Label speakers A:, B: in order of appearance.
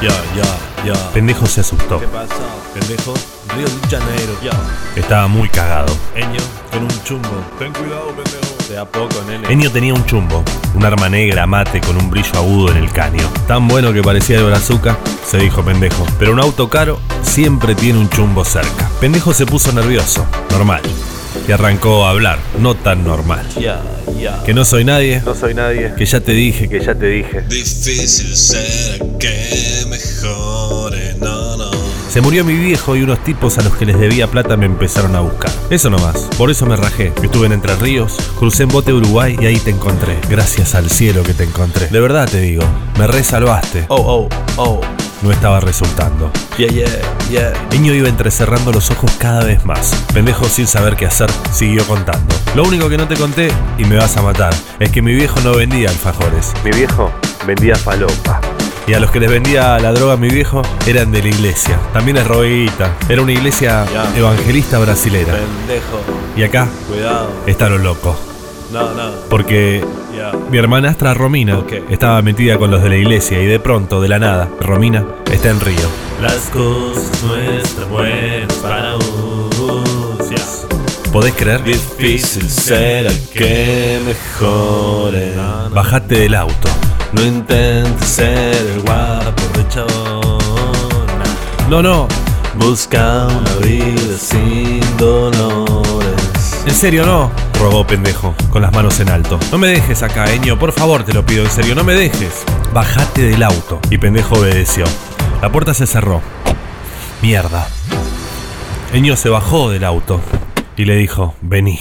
A: Ya, ya, ya.
B: Pendejo se asustó.
A: ¿Qué pasó? Pendejo, Río de Janeiro. Ya.
B: Estaba muy cagado.
A: Eño, con un chumbo.
C: Ten cuidado, pendejo.
A: De a poco, nene.
B: Enio tenía un chumbo, un arma negra mate con un brillo agudo en el caño. Tan bueno que parecía de brazuca, se dijo pendejo. Pero un auto caro siempre tiene un chumbo cerca. Pendejo se puso nervioso, normal. Y arrancó a hablar, no tan normal.
A: Ya, ya.
B: Que no soy nadie,
A: No soy nadie.
B: que ya te dije, que ya te dije.
C: Difícil será que mejore, no, no.
B: Se murió mi viejo y unos tipos a los que les debía plata me empezaron a buscar. Eso nomás. Por eso me rajé. Estuve en Entre Ríos, crucé en bote Uruguay y ahí te encontré. Gracias al cielo que te encontré. De verdad te digo, me resalvaste.
A: Oh, oh, oh.
B: No estaba resultando.
A: Yeah, yeah, yeah.
B: Niño iba entrecerrando los ojos cada vez más. Pendejo sin saber qué hacer, siguió contando. Lo único que no te conté, y me vas a matar, es que mi viejo no vendía alfajores. Mi viejo vendía falopa. Y a los que les vendía la droga a mi viejo eran de la iglesia. También es roguita. Era una iglesia
A: Ya.
B: evangelista brasilera.
A: Pendejo,
B: Y acá
A: cuidado.
B: está lo loco.
A: No, no.
B: Porque
A: Ya.
B: mi hermanastra Romina
A: Ok.
B: estaba metida con los de la iglesia y de pronto, de la nada, Romina está en Río.
A: Las cosas no están buenas para vos.
B: ¿Podés creer?
A: Difícil será que mejore. No, no.
B: Bajate del auto.
A: No intentes ser el guapo rechona.
B: No, no,
A: Busca una vida sin dolores.
B: En serio, no, rogó pendejo, con las manos en alto. No me dejes acá, Eño, por favor, te lo pido, en serio, no me dejes. Bajate del auto. Y pendejo obedeció. La puerta se cerró. Mierda. Eño se bajó del auto y le dijo, vení.